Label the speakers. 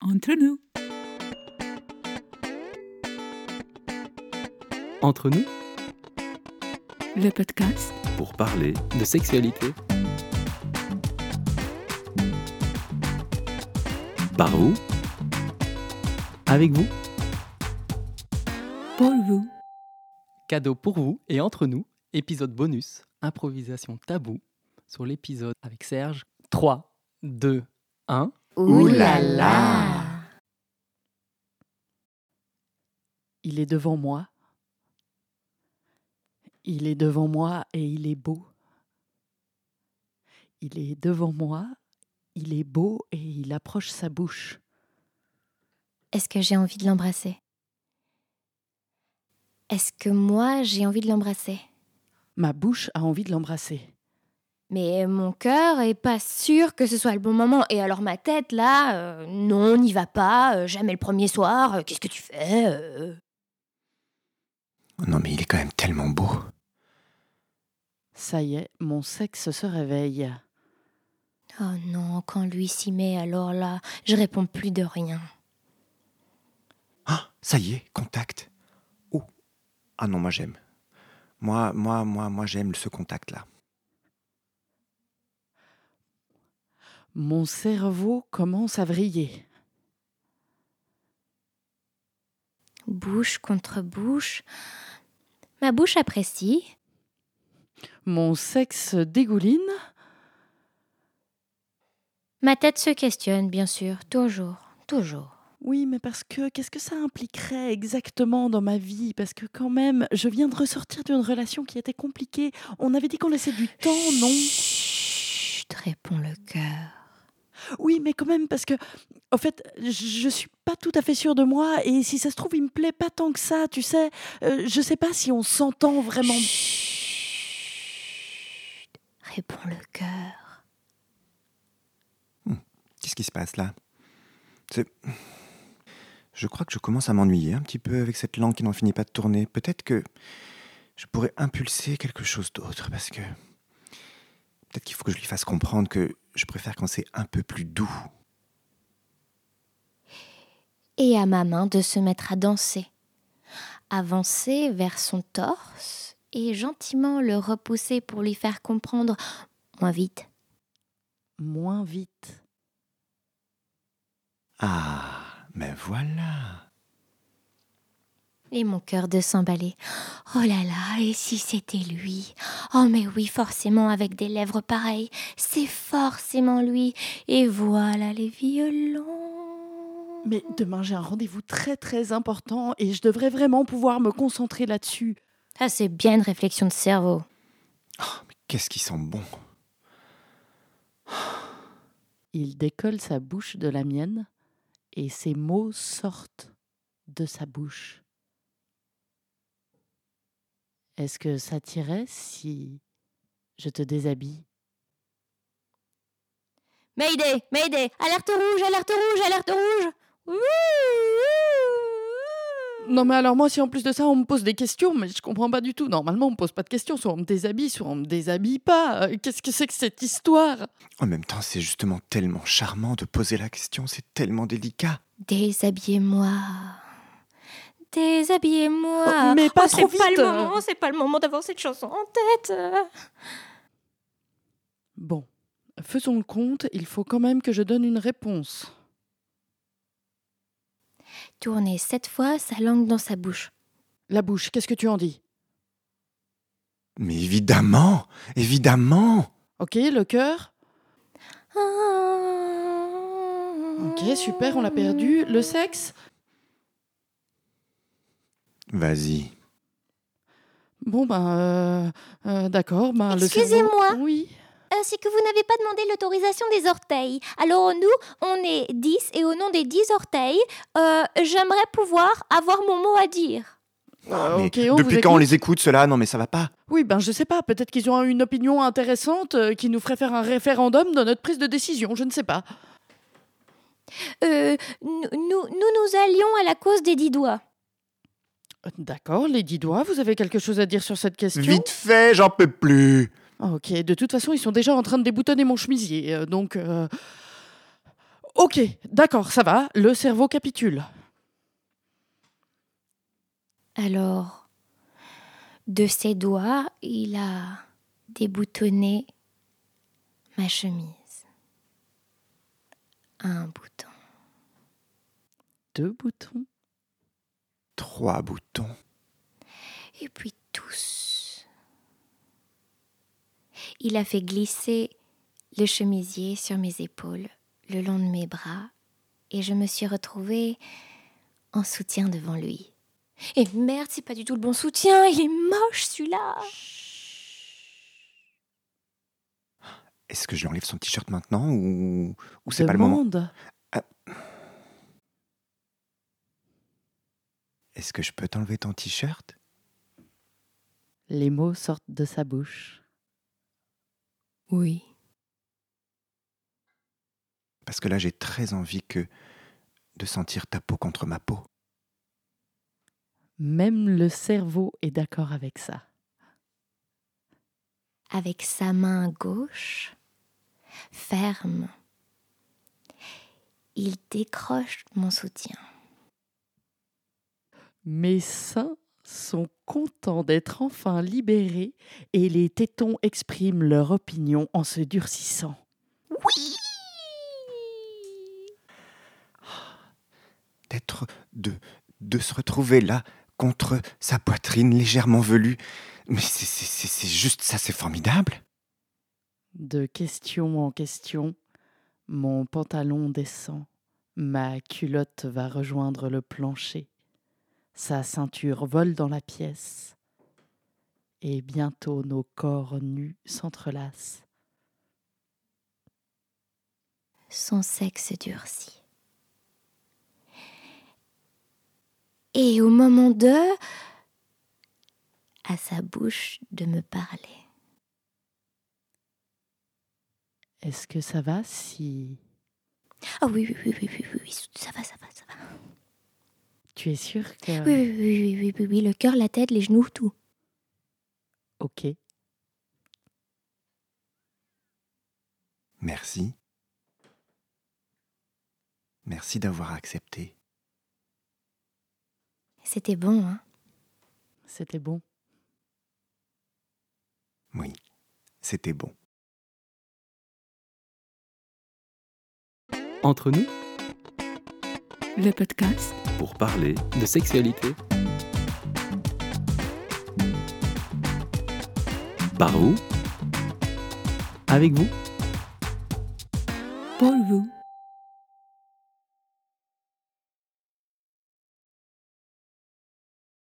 Speaker 1: entre nous.
Speaker 2: Entre nous,
Speaker 1: Le podcast
Speaker 3: pour parler
Speaker 2: de sexualité.
Speaker 3: par vous
Speaker 2: Avec vous,
Speaker 1: pour vous.
Speaker 2: cadeau pour vous et entre nous, épisode bonus, improvisation tabou sur l'épisode avec Serge. 3, 2, 1.
Speaker 4: Ouh
Speaker 5: là
Speaker 4: là
Speaker 5: Il est devant moi. Il est devant moi et il est beau. Il est devant moi, il est beau et il approche sa bouche.
Speaker 4: Est-ce que j'ai envie de l'embrasser Est-ce que moi j'ai envie de l'embrasser
Speaker 5: Ma bouche a envie de l'embrasser.
Speaker 4: Mais mon cœur est pas sûr que ce soit le bon moment. Et alors ma tête là, euh, non, n'y va pas, euh, jamais le premier soir, euh, qu'est-ce que tu fais euh
Speaker 6: Non mais il est quand même tellement beau.
Speaker 5: Ça y est, mon sexe se réveille.
Speaker 4: Oh non, quand lui s'y met, alors là, je réponds plus de rien.
Speaker 6: Ah, ça y est, contact. Oh. Ah non, moi j'aime. Moi, moi, moi, moi j'aime ce contact-là.
Speaker 5: Mon cerveau commence à vriller.
Speaker 4: Bouche contre bouche. Ma bouche apprécie.
Speaker 5: Mon sexe dégouline.
Speaker 4: Ma tête se questionne, bien sûr, toujours, toujours.
Speaker 5: Oui, mais parce que qu'est-ce que ça impliquerait exactement dans ma vie Parce que quand même, je viens de ressortir d'une relation qui était compliquée. On avait dit qu'on laissait du temps, non
Speaker 4: Chut, répond le cœur.
Speaker 5: Oui, mais quand même, parce que, en fait, je- je suis pas tout à fait sûre de moi, et si ça se trouve, il me plaît pas tant que ça, tu sais. Euh, je sais pas si on s'entend vraiment.
Speaker 4: Chut, répond le cœur.
Speaker 6: Qu'est-ce qui se passe là C'est- Je crois que je commence à m'ennuyer un petit peu avec cette langue qui n'en finit pas de tourner. Peut-être que je pourrais impulser quelque chose d'autre parce que peut-être qu'il faut que je lui fasse comprendre que je préfère quand c'est un peu plus doux.
Speaker 4: Et à ma main de se mettre à danser. Avancer vers son torse et gentiment le repousser pour lui faire comprendre moins vite.
Speaker 5: Moins vite.
Speaker 6: Ah, mais voilà.
Speaker 4: Et mon cœur de s'emballer. Oh là là, et si c'était lui Oh mais oui, forcément, avec des lèvres pareilles, c'est forcément lui. Et voilà les violons.
Speaker 5: Mais demain, j'ai un rendez-vous très très important, et je devrais vraiment pouvoir me concentrer là-dessus.
Speaker 4: Ah, c'est bien une réflexion de cerveau.
Speaker 6: Ah, mais qu'est-ce qui sent bon
Speaker 5: Il décolle sa bouche de la mienne, et ses mots sortent de sa bouche. Est-ce que ça t'irait si je te déshabille
Speaker 4: Mayday, Mayday, alerte rouge, alerte rouge, alerte rouge. Ouh, ouh, ouh.
Speaker 5: Non mais alors moi si en plus de ça on me pose des questions mais je comprends pas du tout. Normalement on me pose pas de questions, soit on me déshabille, soit on me déshabille pas. Euh, Qu'est-ce que c'est que cette histoire
Speaker 6: En même temps, c'est justement tellement charmant de poser la question, c'est tellement délicat.
Speaker 4: Déshabillez-moi. Déshabillez-moi.
Speaker 5: Oh, mais pas
Speaker 4: Oh,
Speaker 5: trop
Speaker 4: c'est pas
Speaker 5: vite.
Speaker 4: le moment, c'est pas le moment d'avoir cette chanson en tête.
Speaker 5: Bon, faisons le compte, il faut quand même que je donne une réponse.
Speaker 4: Tournez sept fois sa langue dans sa bouche.
Speaker 5: La bouche, qu'est-ce que tu en dis
Speaker 6: Mais évidemment, évidemment.
Speaker 5: Ok, le cœur
Speaker 4: Ok,
Speaker 5: Ok, super, on l'a perdu. Le sexe
Speaker 6: Vas-y.
Speaker 5: Bon ben, euh, euh, d'accord, ben le cerveau-
Speaker 4: Excusez-moi.
Speaker 5: Oui.
Speaker 4: Euh, c'est que vous n'avez pas demandé l'autorisation des orteils. Alors nous, on est 10 et au nom des 10 orteils, euh, j'aimerais pouvoir avoir mon mot à dire.
Speaker 5: Euh,
Speaker 6: Ah, Mais
Speaker 5: ok, on
Speaker 6: depuis
Speaker 5: vous
Speaker 6: quand on
Speaker 5: écoute.
Speaker 6: les écoute, cela Non, mais ça va pas.
Speaker 5: Oui, ben je sais pas, peut-être qu'ils ont une opinion intéressante euh, qui nous ferait faire un référendum dans notre prise de décision, je ne sais pas.
Speaker 4: Euh, nous, nous, nous nous allions à la cause des 10 doigts.
Speaker 5: Euh, D'accord, les dix doigts, vous avez quelque chose à dire sur cette question
Speaker 6: Vite fait, j'en peux plus.
Speaker 5: Ah, Ok, de toute façon, ils sont déjà en train de déboutonner mon chemisier, euh, donc... euh, Ok, d'accord, ça va, le cerveau capitule.
Speaker 4: Alors, de ses doigts, il a déboutonné ma chemise. Un bouton.
Speaker 5: Deux boutons.
Speaker 6: Trois boutons.
Speaker 4: Et puis tous. Il a fait glisser le chemisier sur mes épaules, le long de mes bras, et je me suis retrouvée en soutien devant lui. Et merde, c'est pas du tout le bon soutien, il est moche celui-là.
Speaker 6: Est-ce que je lui enlève son t-shirt maintenant ou, ou c'est pas le moment
Speaker 5: Demande.
Speaker 6: Est-ce que je peux t'enlever ton t-shirt
Speaker 5: Les mots sortent de sa bouche.
Speaker 4: Oui.
Speaker 6: Parce que là, j'ai très envie que de sentir ta peau contre ma peau.
Speaker 5: Même le cerveau est d'accord avec ça.
Speaker 4: Avec sa main gauche, ferme, il décroche mon soutien.
Speaker 5: Mes seins sont contents d'être enfin libérés et les tétons expriment leur opinion en se durcissant.
Speaker 6: D'être. de. de se retrouver là, contre sa poitrine légèrement velue. Mais c'est- c'est c'est- c'est juste ça, c'est formidable.
Speaker 5: De question en question, mon pantalon descend, ma culotte va rejoindre le plancher, sa ceinture vole dans la pièce, et bientôt nos corps nus s'entrelacent.
Speaker 4: Son sexe durcit. Et au moment de... à sa bouche de me parler.
Speaker 5: Est-ce que ça va si
Speaker 4: Ah oui, oui, oui, oui, oui, oui, oui, ça va, ça va, ça va.
Speaker 5: tu es sûr que...
Speaker 4: Oui, oui, oui, oui, oui, oui, oui, le cœur, la tête, les genoux, tout.
Speaker 5: Ok.
Speaker 6: Merci. Merci d'avoir accepté.
Speaker 4: C'était bon, hein
Speaker 5: C'était bon.
Speaker 6: Oui, c'était bon.
Speaker 2: Entre nous,
Speaker 1: le podcast.
Speaker 3: pour parler
Speaker 2: de sexualité.
Speaker 3: par vous
Speaker 2: Avec vous
Speaker 1: Pour vous.